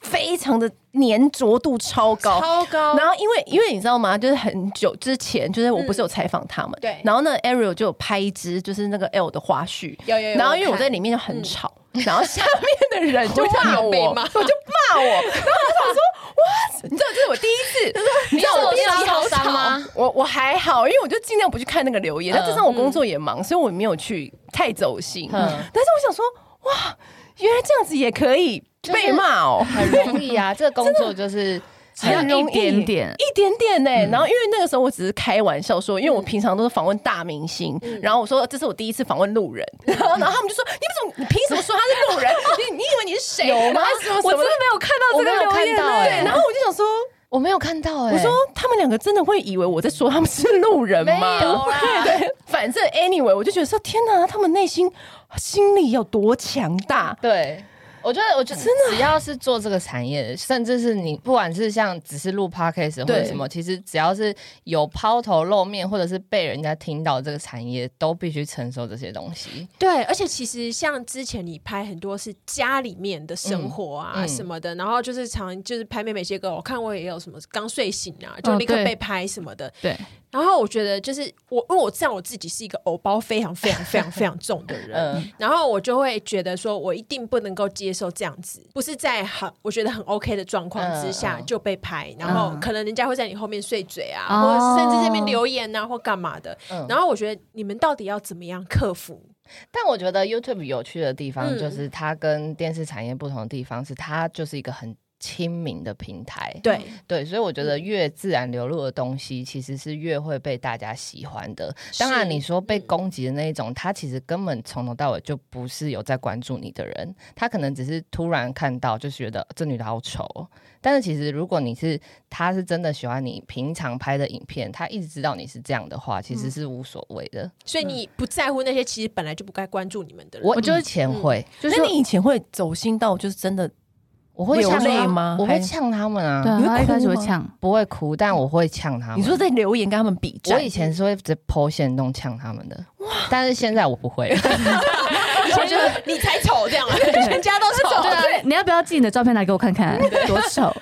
非常的粘着度超高，
超高，
然后因为因为你知道吗？就是很久之前，就是我不是有采访他们，
对
然后呢，Ariel 就有拍一支就是那个 L 的花絮，
有有有，
然后因为我在
看
里面就很吵，然后下面的人 就骂我，
我就想
我就
被
骂
骂
我，然后我就想说哇，你知道这是我第一次，你知道我
你
第一
有
次
受伤吗？
我我还好，因为我就尽量不去看那个留言，那
嗯
加上我工作也忙，所以我没有去太走心，但
嗯
是我想说哇，原来这样子也可以
就是
被骂哦。
很容易啊。这个工作就是
只要
很容
一
易
点点，
一点点呢、然后因为那个时候我只是开玩笑说，因为我平常都是访问大明星，然后我说这是我第一次访问路 人，然后然后他们就说你不怎么你凭什么说他是路 人？你你以为你是谁？
有吗
然后什么什
我真
么
的
的？
没有看到
我
这个
没有
留
看
言
到
呢、
哎、
欸对，然后我就想说，
我没有看到哎、
我说他们两个真的会以为我在说他们是路人
没有
吗？
啊啦，
对， 反正 anyway，我就觉得说天哪，他们内心心里有多强大？
对，我觉得，我觉得只要是做这个产业的，甚至是你不管是像只是录 podcast 或者
对
什么，其实只要是有抛头露面，或者是被人家听到这个产业，都必须承受这些东西。
对，而且其实像之前你拍很多是家里面的生活啊、
嗯嗯
什么的，然后就是常就是拍妹妹些歌，我看我也有什么刚睡醒啊，就
哦
立刻
对
被拍什么的。
对，
然后我觉得就是我，因为我知道我自己是一个偶包非常非常非常非常重的 人，
嗯，
然后我就会觉得说，我一定不能够接受这样子，不是在很我觉得很 OK 的状况之下
嗯嗯
就被拍，然后
嗯
可能人家会在你后面碎嘴啊，
哦
或者甚至这边留言啊或干嘛的。
嗯
然后我觉得你们到底要怎么样克服
但我觉得 YouTube 有趣的地方
嗯
就是它跟电视产业不同的地方是，它就是一个很亲民的平台。
对，
对，所以我觉得越自然流露的东西，其实是越会被大家喜欢的。当然，你说被攻击的那一种，他其实根本从头到尾就不是有在关注你的人，他可能只是突然看到就觉得这女的好丑。但是其实如果你是他是真的喜欢你平常拍的影片，他一直知道你是这样的话，其实是无所谓的。
所以你不在乎那些其实本来就不该关注你们的人。
我
我就
以前会，
就是
那你以前会走心到就是真的
我会
流
呛
泪
他
吗
我
还
会呛他们啊，
对啊，
你会
然后一开始会
哭吗
呛，
不会哭，但我会呛他们。
你说在留言跟他们比战，
我以前是会直接剖线洞呛他们的，但是现在我不会 了。
以前觉得你才丑这样，全家都丑。
对啊，你要不要寄你的照片来给我看看？多丑！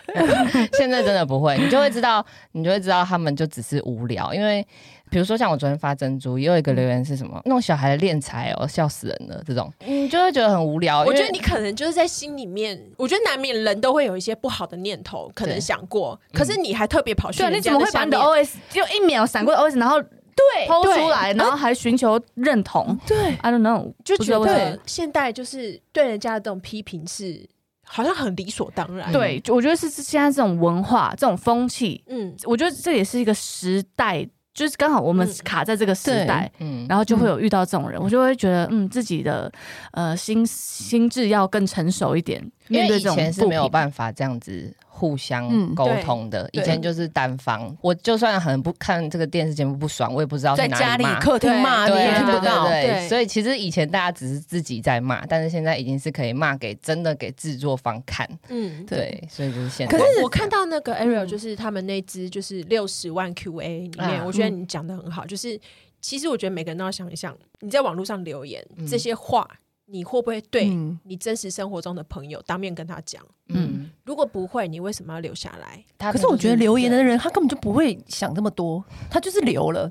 现在真的不会，你就会知道，你就会知道他们就只是无聊。因为比如说像我昨天发珍珠，也有一个留言是什么，弄小孩的练财哦，笑死人了，这种你就会觉得很无
哦
聊。
我觉
因
得
为
你可能就是在心里面，我觉得难免人都会有一些不好的念头，可能
对
想过，可是你还特别跑去
嗯对啊，
人
你
家
怎么
的
会把
下
你的
面，
OS 就一秒闪过的 OS，然后
对
抛
对
出来，然后还寻求认同
对
？I don't know，
就
不知
觉
道为什么
得现代就是对人家的这种批评是好像很理所当
嗯
然。
对，就我觉得是是现在这种文化、这种风气，
嗯，
我觉得这也是一个时代，就是刚好我们
嗯
卡在这个时代。
嗯，
然后就会有遇到这种人，我就会觉得，嗯，自己的呃心心智要更成熟一点，
因
面
为
对
以
这种
前是没有
法。
办法这样子互相
嗯
沟通的，以
对
前就是单方。我就算很不看这个电视节目不爽，我也不知道
在
去哪
家里
骂
客厅骂啊你
对
也听不到，
对对
对
对，所以其实以前大家只是自己在骂，但是现在已经是可以骂给真的给制作方看，
嗯，
对
对，所以就是现在。
可
我看到那个
嗯
Ariel 就是他们那支就是六十万 QA 里面，
啊
我觉得
嗯
你讲的很好，就是其实我觉得每个人都要想一想，你在网络上留言
嗯
这些话，你会不会对
嗯
你真实生活中的朋友当面跟他讲？
嗯，
如果不会，你为什么要留下 来？
他
可
们
是我觉得
就
留言的人，他根本就不会想这么多，他就是留了。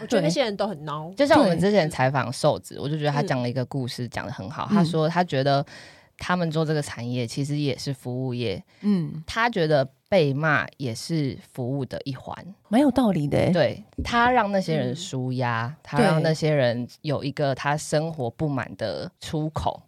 我觉得
对
那些人都很孬。
就像我们
对
之前采访瘦子，我就觉得他讲了一个故事，讲的很
嗯
好。他说他觉得他们做这个产业其实也是服务业，
嗯，
他觉得被骂也是服务的一环。
蛮有道理的、欸。
对他让那些
嗯
人舒压，他
对
让那些人有一个他生活不满的出口。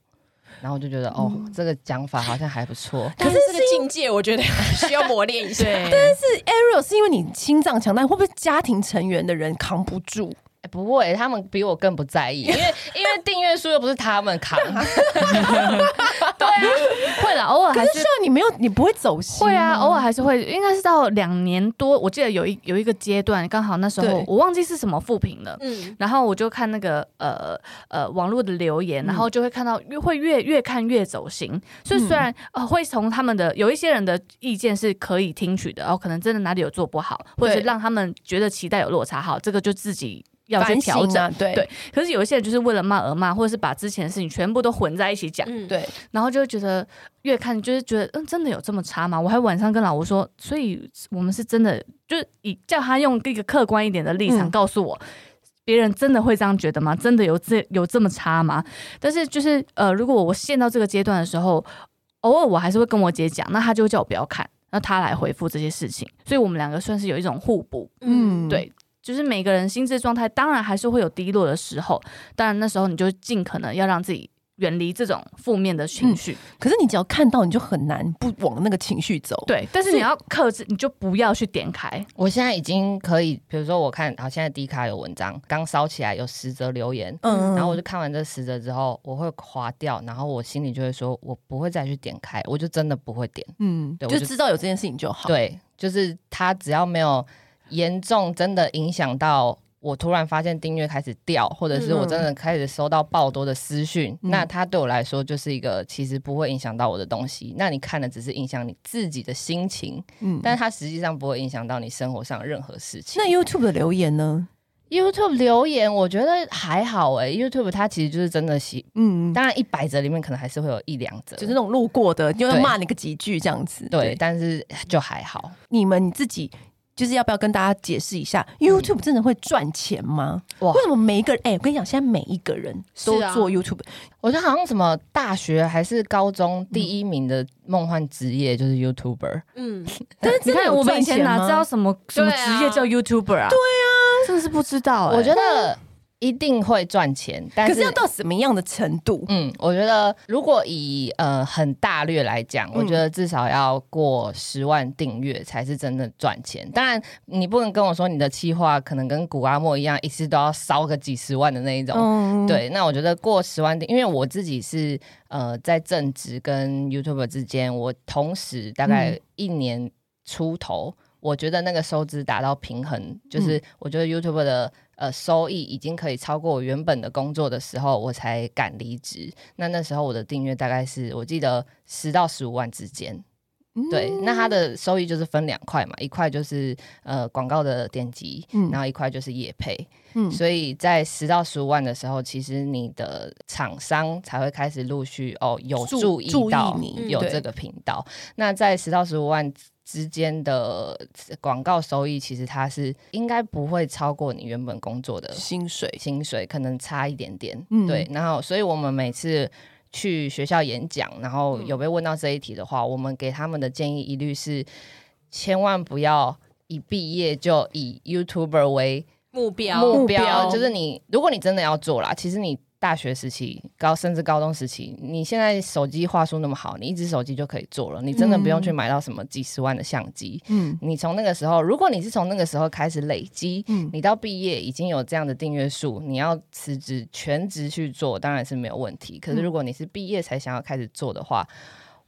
然后我就觉得哦，这个讲法好像还不错。
但是这个境界，我 觉得需要磨练一下。
但是 Ariel 是因为你心脏强大，会不会家庭成员的人扛不住？
哎 不会，他们比我更不在意，因为因为订阅数又不是他们扛。
啊 会啦，偶尔还
可是
是
像你没有，你不会走心。
会啊，偶尔还是会，应该是到两年多，我记得有一有一个阶段，刚好那时候
对
我忘记是什么复评了。
嗯，
然后我就看那个呃呃网络的留
嗯
言，然后就会看到越会越越看越走心，所以虽然、
嗯
呃会从他们的有一些人的意见是可以听取的，然后哦可能真的哪里有做不好，或者是
对
让他们觉得期待有落差，好，这个就自己要去
反
调
省
整。
啊，对
对可是有一些人就是为了骂而骂，或者是把之前的事情全部都混在一起讲，
嗯，
对，
然后就会觉得越看就是觉得，嗯，真的有这么差吗？我还晚上跟老吴说，所以我们是真的，就是以叫他用一个客观一点的立场
嗯
告诉我。别人真的会这样觉得吗？真的有这有这么差吗？但是就是呃，如果我陷到这个阶段的时候，偶尔我还是会跟我姐讲，那她就会叫我不要看，那她来回复这些事情，所以我们两个算是有一种互补。
嗯，
对，就是每个人心智状态当然还是会有低落的时候，当然那时候你就尽可能要让自己远离这种负面的情绪。
可是你只要看到，你就很难不往那个情绪走。
对，但是你要克制，你就不要去点开。
我现在已经可以，比如说我看，好，现在迪卡有文章刚烧起来，有十则留言，
嗯，嗯
然后我就看完这十则之后，我会划掉，然后我心里就会说，我不会再去点开，我就真的不会点。
嗯，
对
就
我就
知道有这件事情就好。
对，就是他只要没有严重真的影响到我，突然发现订阅开始掉，或者是我真的开始收到爆多的私讯，
嗯
那它对我来说就是一个其实不会影响到我的东西。那你看了只是影响你自己的心情，
嗯，
但它实际上不会影响到你生活上任何事情。
那 YouTube 的留言呢？
YouTube 留言，我觉得还好哎、y o u t u b e 它其实就是真的喜，
嗯，
当然一百则里面可能还是会有一两则，
就是那种路过的，就是骂你个几句这样子。
对，，但是就还好。
你们自己就是要不要跟大家解释一下，YouTube 真的会赚钱吗？
哇
为什么每一个人？哎、我跟你讲，现在每一个人都
是啊
做 YouTube，、
我觉得好像什么大学还是高中第一名的梦幻职业就是 YouTuber，、
嗯，
但是
你
真的
看
有
我们
赚
以前
钱
哪
吗
知道什么什么
对啊
职业叫 YouTuber 啊？对啊，真的是不知道、欸。
我觉得一定会赚钱，但
嗯可是要到什么样的程度？
嗯，我觉得如果以呃很大略来讲，
嗯
我觉得至少要过十万订阅才是真的赚钱。当然，你不能跟我说你的企划可能跟古阿莫一样，一次都要烧个几十万的那一种。
嗯，
对，那我觉得过十万订，因为我自己是呃在正职跟 YouTube 之间，我同时大概一年出头，我觉得那个收支达到平衡，就是我觉得 YouTube 的呃收益已经可以超过我原本的工作的时候，我才敢离职。那那时候我的订阅大概是我记得十到十五万之间。对，
嗯
那它的收益就是分两块嘛，一块就是呃广告的点击，
嗯
然后一块就是业配。
嗯
所以在十到十五万的时候，其实你的厂商才会开始陆续哦有
注
注意到
注意你
有
对
这个频道。那在十到十五万之间的呃广告收益，其实它是应该不会超过你原本工作的
薪水
薪水可能差一点点，
嗯
对。然后，所以我们每次去学校演讲，然后有被问到这一题的话，我们给他们的建议一律是，千万不要一毕业就以 YouTuber 为
目标
目
目
标，
标
就是你，如果你真的要做啦，其实你。大学时期、高甚至高中时期，你现在手机画术那么好，你一只手机就可以做了，你真的不用去买到什么几十万的相机。
嗯
你从那个时候，如果你是从那个时候开始累积，
嗯
你到毕业已经有这样的订阅数，你要辞职全职去做，当然是没有问题。可是如果你是毕业才想要开始做的话，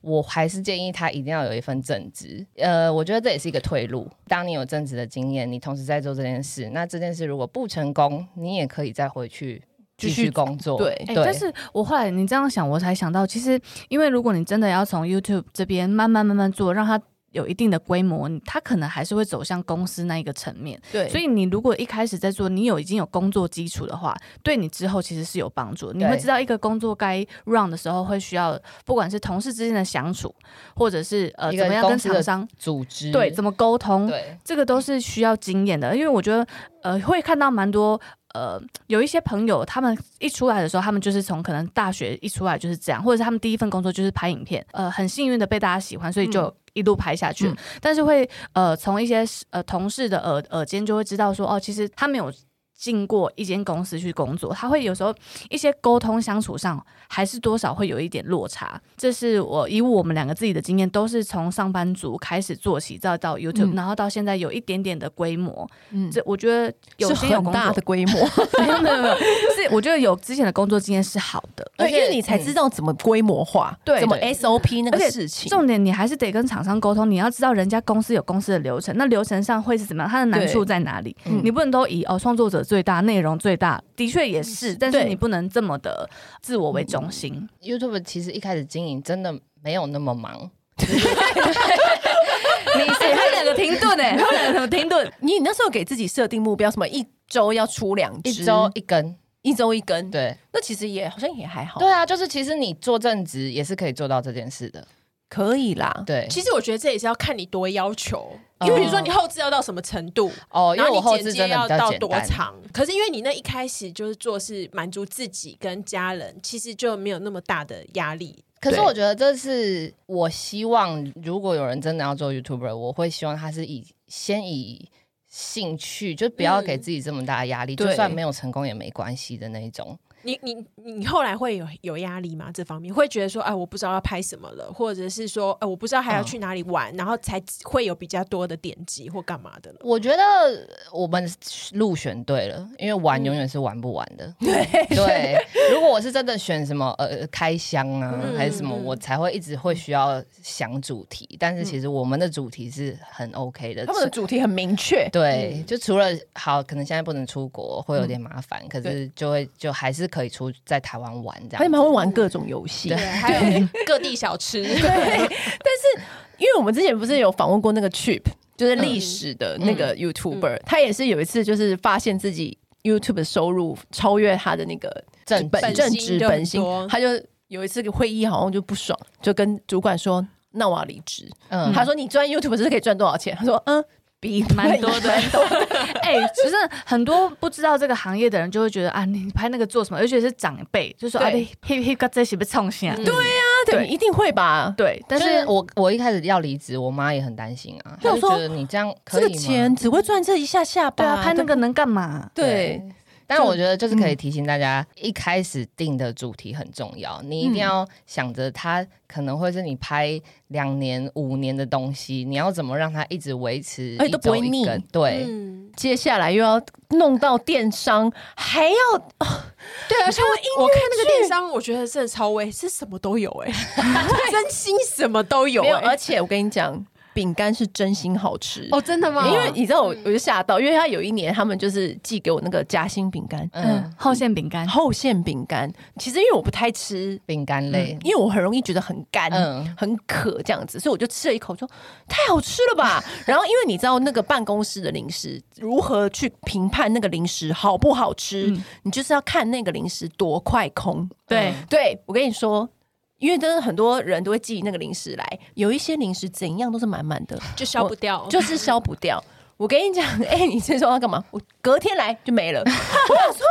我还是建议他一定要有一份正职。呃，我觉得这也是一个退路。当你有正职的经验，你同时在做这件事，那这件事如果不成功，你也可以再回去继
继续
续工作。
对
哎、
对，
但是我后来你这样想，我才想到，其实因为如果你真的要从 YouTube 这边慢慢慢慢做，让它有一定的规模，你它可能还是会走向公司那一个层面。
对，
所
以
以你如果一开始在做，你有已经有工作基础的话，对你之后其实是有帮助。你会知道一个工作该 run 的时候会需要，不管是同事之间的相处，或者是呃
一个
怎么样跟
公司的
厂商
组织
对怎么沟通，
对
这个都是需要经验的，因为我觉得呃会看到蛮多呃有一些朋友，他们一出来的时候，他们就是从可能大学一出来就是这样，或者是他们第一份工作就是拍影片，呃很幸运的被大家喜欢，所以就。一路拍下去，
嗯
但是会呃从一些呃同事的耳耳尖就会知道说哦，其实他没有进过一间公司去工作，他会有时候一些沟通相处上还是多少会有一点落差。这是我以我们两个自己的经验，都是从上班族开始做起，再到 YouTube，、
嗯
然后到现在有一点点的规模。
嗯
这我觉得有
是
先有
很
工
大
作
的，规模，
没有没有没有，是我觉得有之前的工作经验是好的。
而
对，
且
因为你才
嗯
知道怎么规模化，
对
怎么
对
SOP 那
而且
个事情，
重点你还是得跟厂商沟通，你要知道人家公司有公司的流程，那流程上会是怎么样，它的难
对
处在哪里？
嗯
你不能都以哦创作者最大，内容最大，的确也是，但是
对
你不能这么的自我为中心。
YouTube 其实一开始经营真的没有那么忙。你是
哎、他们两个停顿哎、他们两个停顿，
你那时候给自己设定目标，什么一周要出两只，
一周一根，
一周一根，，
对
那其实也好像也还好，
对啊，就是其实你做正职也是可以做到这件事的，
可以啦。
对。
其实我觉得这也是要看你多要求，
哦
因为比如说你后置要到什么程度，
哦，因
然
为我
后
后
你
置
剪
真
接
的比
要
较
到
简
多
单，
长。可是因为你那一开始就是做是满足自己跟家人，其实就没有那么大的压力。
可是
对
我觉得这是我希望，如果有人真的要做 YouTuber，我会希望他是以先以兴趣，就不要给
嗯
自己这么大的压力，就
对
算没有成功也没关系的那一种。
你你你后来会有有压力吗？这方面会觉得说，哎、我不知道要拍什么了，或者是说，哎、我不知道还要去哪里玩，然后才会有比较多的点击或干嘛的了。
我觉得我们路选对了，因为玩
嗯
永远是玩不完的。对如果我是真的选什么呃开箱啊、
嗯
还是什么，
嗯
我才会一直会需要想主题。但是其实我们的主题是很 OK 的，
他们的主题很明 确，
对，就除了好，可能现在不能出国会有点麻烦，可是就会就还是可以出在台湾玩这
他
样
们
子。
还会玩各种游戏。
对，还有各地小吃，
因为我们之前不是有访问过那个 Chip，就是历史的那个 YouTuber，、他也是有一次就是发现自己 YouTube 的收入超越他的那个
正
本
本
正
薪
职
就很
本薪
多，
他就有一次会议好像就不爽，就跟主管说：“那我要离职。
嗯
他说：“你赚 YouTube 是可以赚多少钱？”他说：“嗯，比
蛮多的，哎、其实很多不知道这个行业的人就会觉得啊，你拍那个做什么？尤其是长辈，就说啊，
对
你嘿嘿，这是不是冲啊？
嗯
那等于一定会吧？
对，但
但
是
是我我一开始要离职，我妈也很担心啊，
那
她就
我说
觉得你这样可
这
以
个
吗？
钱只会赚这一下下吧。
对啊，拍那
都
个能干嘛？
对，
但我觉得就是可以提醒大家，一开始定的主题很重要，你一定要想着它可能会是你拍两年、五年的东西，你要怎么让它一直维持，
而且都不会
一周一
腻
根对，
嗯，
接下来又要弄到电商，还要
对，啊而且我我看那个电商，我觉得真的超威，是什么都有 哎、真心什么都有
没有，
哎、
而且我跟你讲，饼干是真心好吃。
哦，真的吗？
因为你知道我，
嗯
我就吓到，因为他有一年他们就是寄给我那个夹心饼干、
嗯
嗯，，
厚馅饼干，
厚馅饼干。其实因为我不太吃，
饼干类，
因为我很容易觉得很干、
嗯
很渴这样子，所以我就吃了一口，说太好吃了 吧。然后因为你知道那个办公室的零食如何去评判那个零食好不好吃，
嗯
你就是要看那个零食多快空。
对
嗯
对我跟你说。因为真的很多人都会寄那个零食来，有一些零食怎样都是满满的，
就消不掉，
就是消不掉。我跟你讲，哎、你这说要干嘛？我隔天来就没了。我想说，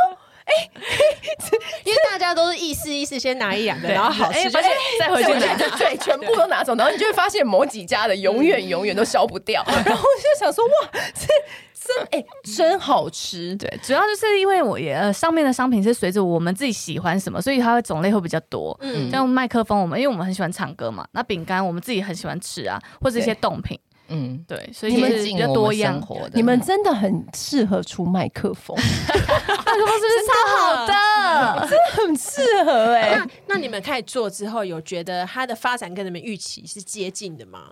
因为大家都是意思意思先拿一两个，
对
然后好
哎
吃就
发现
再回去
对
拿。
对对，全部都拿走，然后你就会发现某几家的永远永远都消不掉。然后我就想说，哇，这真哎、真好吃。对，
主要就是因为我也呃上面的商品是随着我们自己喜欢什么，所以它会种类会比较多。
嗯
像麦克风，我们因为我们很喜欢唱歌嘛，那饼干我们自己很喜欢吃啊，或者一些冻品，
嗯，
对，所以
贴
就是
近
比较
我
多
们
样
生。活的，
你们真的很适合出麦克风，
麦克风是不是超好的？
很适合哎、
那那你们开始做之后，有觉得它的发展跟你们预期是接近的吗？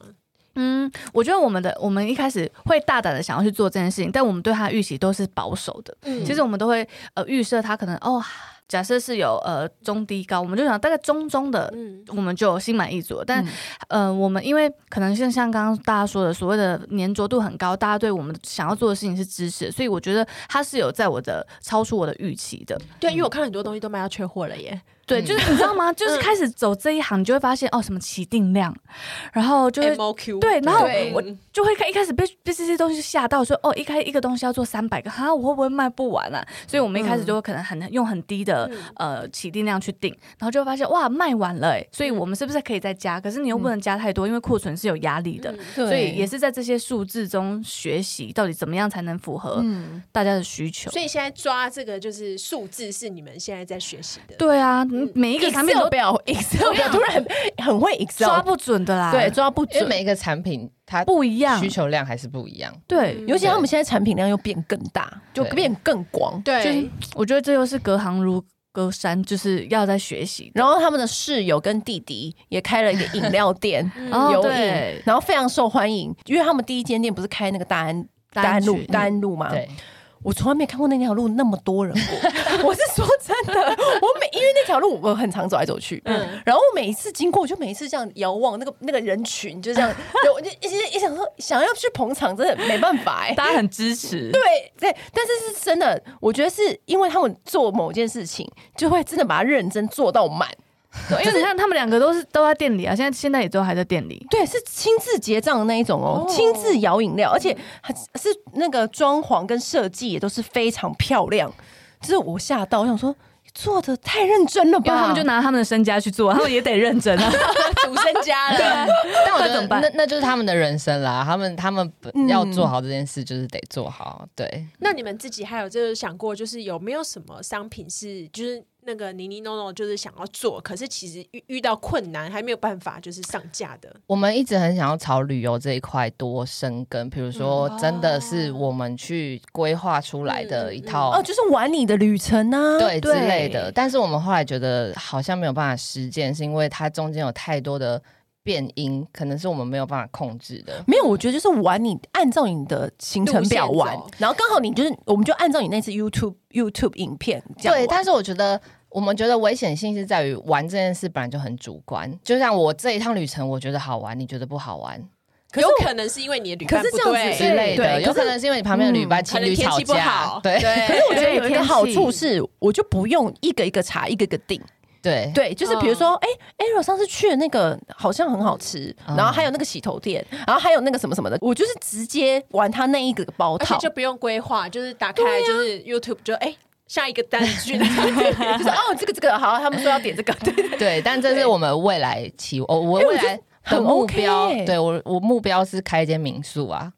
嗯，我觉得我们的我们一开始会大胆的想要去做这件事情，但我们对它的预期都是保守的。
嗯
其实我们都会呃预设它可能哦，假设是有呃中低高，我们就想大概中中的
嗯
我们就心满意足了。但、呃，我们因为可能像像刚刚大家说的，所谓的粘着度很高，大家对我们想要做的事情是支持，所以我觉得它是有在我的超出我的预期的。
对，因为我看很多东西都卖到缺货了耶，
对，就是你知道吗？
嗯
就是开始走这一行，你就会发现哦，什么起定量，然后就会
嗯 M O Q 嗯
对，然后
对
我就会看一开始被被这些东西吓到，说哦，一开一个东西要做三百个，哈，我会不会卖不完啊？所以我们一开始就会可能很用很低的、呃起订量去订，然后就会发现哇，卖完了、欸，所以我们是不是可以再加？可是你又不能加太多，因为库存是有压力
嗯
的。所以也是在这些数字中学习，到底怎么样才能符合
嗯，
大家的需求。
所以现在抓这个就是数字是你们现在在学习的。
对啊，每一
一
个
个
产
产
品
品
都
表 Excel 表突然很很会 Excel，
抓不准的啦，
对，抓不
因为
准。
每一个产品它
不一样
需。求量还是不一样，
对，
尤其他们现在产品量又变更大，就
对
变更广。
就是，我觉得这又是隔行如隔山，就是要在学习的。
然后他们的室友跟弟弟也开了一个饮料店，
哦
有
对
饮，然后非常受欢迎，因为他们第一间店不是开那个大安。大
大安
安路
区，
大安路嘛，
对，
我从来没看过那条路那么多人过。我是说真的，我每因为那条路我很常走来走去，
嗯
然后我每一次经过，我就每一次这样遥望那个那个人群，就这样， 我就一直一想说想要去捧场，真的没办法哎、
大家很支持。
对对，但是是真的，我觉得是因为他们做某件事情，就会真的把它认真做到满。
因为你看他们两个都是都在店里啊，现在现在也都还在店里。
对，是亲自结账的那一种
哦
哦，亲自摇饮料，而且还是那个装潢跟设计也都是非常漂亮。就是我吓到，我想说做的太认真了吧？
因为他们就拿他们的身家去做，他们也得认真啊。
独身家了，
但我
那
觉
怎
得
么办
那那就是他们的人生啦，他们他们
嗯
要做好这件事就是得做好，对，
那你们自己还有就是想过，就是有没有什么商品是就是那个泥泥弄弄，就是想要做，可是其实遇遇到困难还没有办法就是上架的？
我们一直很想要朝旅游这一块多深耕，比如说真的是我们去规划出来的一套、
哦，就是玩你的旅程啊。
对之
对
类的，但是我们后来觉得好像没有办法实践，是因为它中间有太多的变因，可能是我们没有办法控制的。
没有，我觉得就是玩你按照你的行程表
路线
玩
走，
然后刚好你就是，我们就按照你那次 YouTube YouTube 影片这样
对，
玩
但是我觉得。我们觉得危险性是在于玩这件事本来就很主观，就像我这一趟旅程，我觉得好玩，你觉得不好玩
可
有
是我
可能是因为你的旅
可
伴
是
不
这样
对，嗯
子
之类的，
对
有可能是因为你旁边的旅伴
可
情
能
侣
天
吵
气不
架
好，，
对
可
对
是我觉得有一个好
天气
处是，我就不用一个一个查，一个一个定。
对
对，就是比如说，
嗯
哎、艾 a r o 上次去的那个好像很好吃，
嗯
然后还有那个洗头店，然后还有那个什么什么的，我就是直接玩他那一个包
而且
套，
就
就
不用规划，就是打开就是 YouTube 就哎、下一个单据，
是哦，这个这个好，他们说要点这个，对对对
对，但这是我们未来期，我我
哎我
未
觉得
来的
很
目
OK
标，
欸
对我我目标是开一间民宿啊，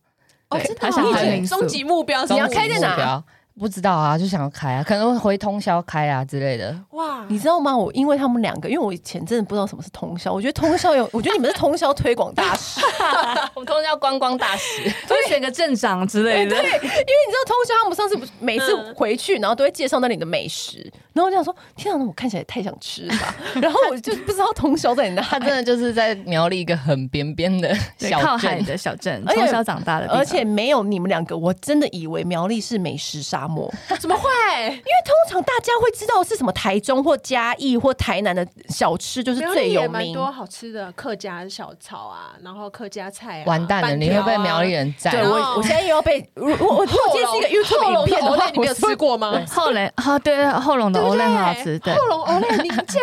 哦，真的
他想
哦
开民
宿
终极目标是
你要
终极
开在哪
目标不知道啊，就想要开啊，可能回通宵开啊之类的。
哇，
你知道吗？我因为他们两个，因为我以前真的不知道什么是通宵，我觉得通宵有，我觉得你们是通宵推广大使。
我们通宵观光大使，
就选个镇长之类的。
因为你知道通宵，他们上次不是每次
嗯
回去，然后都会介绍那里的美食，然后我就想说，天啊，那我看起来也太想吃了吧， 然后我就不知道通宵在哪
他真的就是在苗栗一个很边边的
对
小
靠海
镇，
的小镇，
而且
从小长大的地方，
而且没有你们两个，我真的以为苗栗是美食沙 漠，因
怎么会？
为通常大家会知道的是什么台中或嘉义或台南的小吃就是
苗
最
栗也
有
蛮
名。
多好吃的客家小炒啊，然后客家菜啊，
完蛋了，
板
你
条
会
啊
被苗栗。人宰。
对
哦
我，我现在又要被我 我我如果今天是一个 YouTube 影片的话，
你没有
我是
吃过吗？
后龙啊，对，后龙的
对不
欧
对
蕾很好吃，对，
后 龙欧蕾，你竟然不知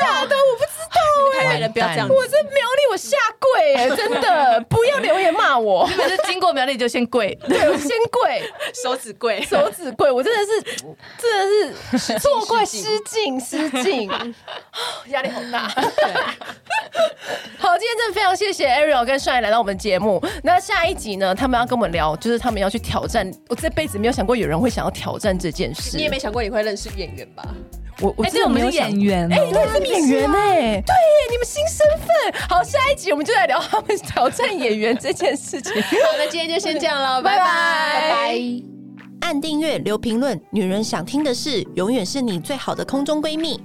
道的，我不知道。你们台北人不要这样子，
我在苗栗，我下跪耶、 真的不要留言骂我，
每次经过苗栗就先跪，
哎 对我先跪，
手指贵。
手指跪，我真的是真的是错怪失 敬失敬，压力好大。好，今天真的非常谢谢 Ariel 跟帅来到我们节目。那下一集呢，他们要跟我们聊，就是他们要去挑战。我这辈子没有想过有人会想要挑战这件事。
你也没想过你会认识演员吧？
我我
哎，
真
对，
的
我们
没
是
有想
演。员哦，
哎、对，是演员哎、对，你们新身份。好，下一集我们就来聊他们挑战演员这件事情。
好，那今天就先这样了，拜拜。
拜拜。
按订阅、留评论，女人想听的事，永远是你最好的空中闺蜜。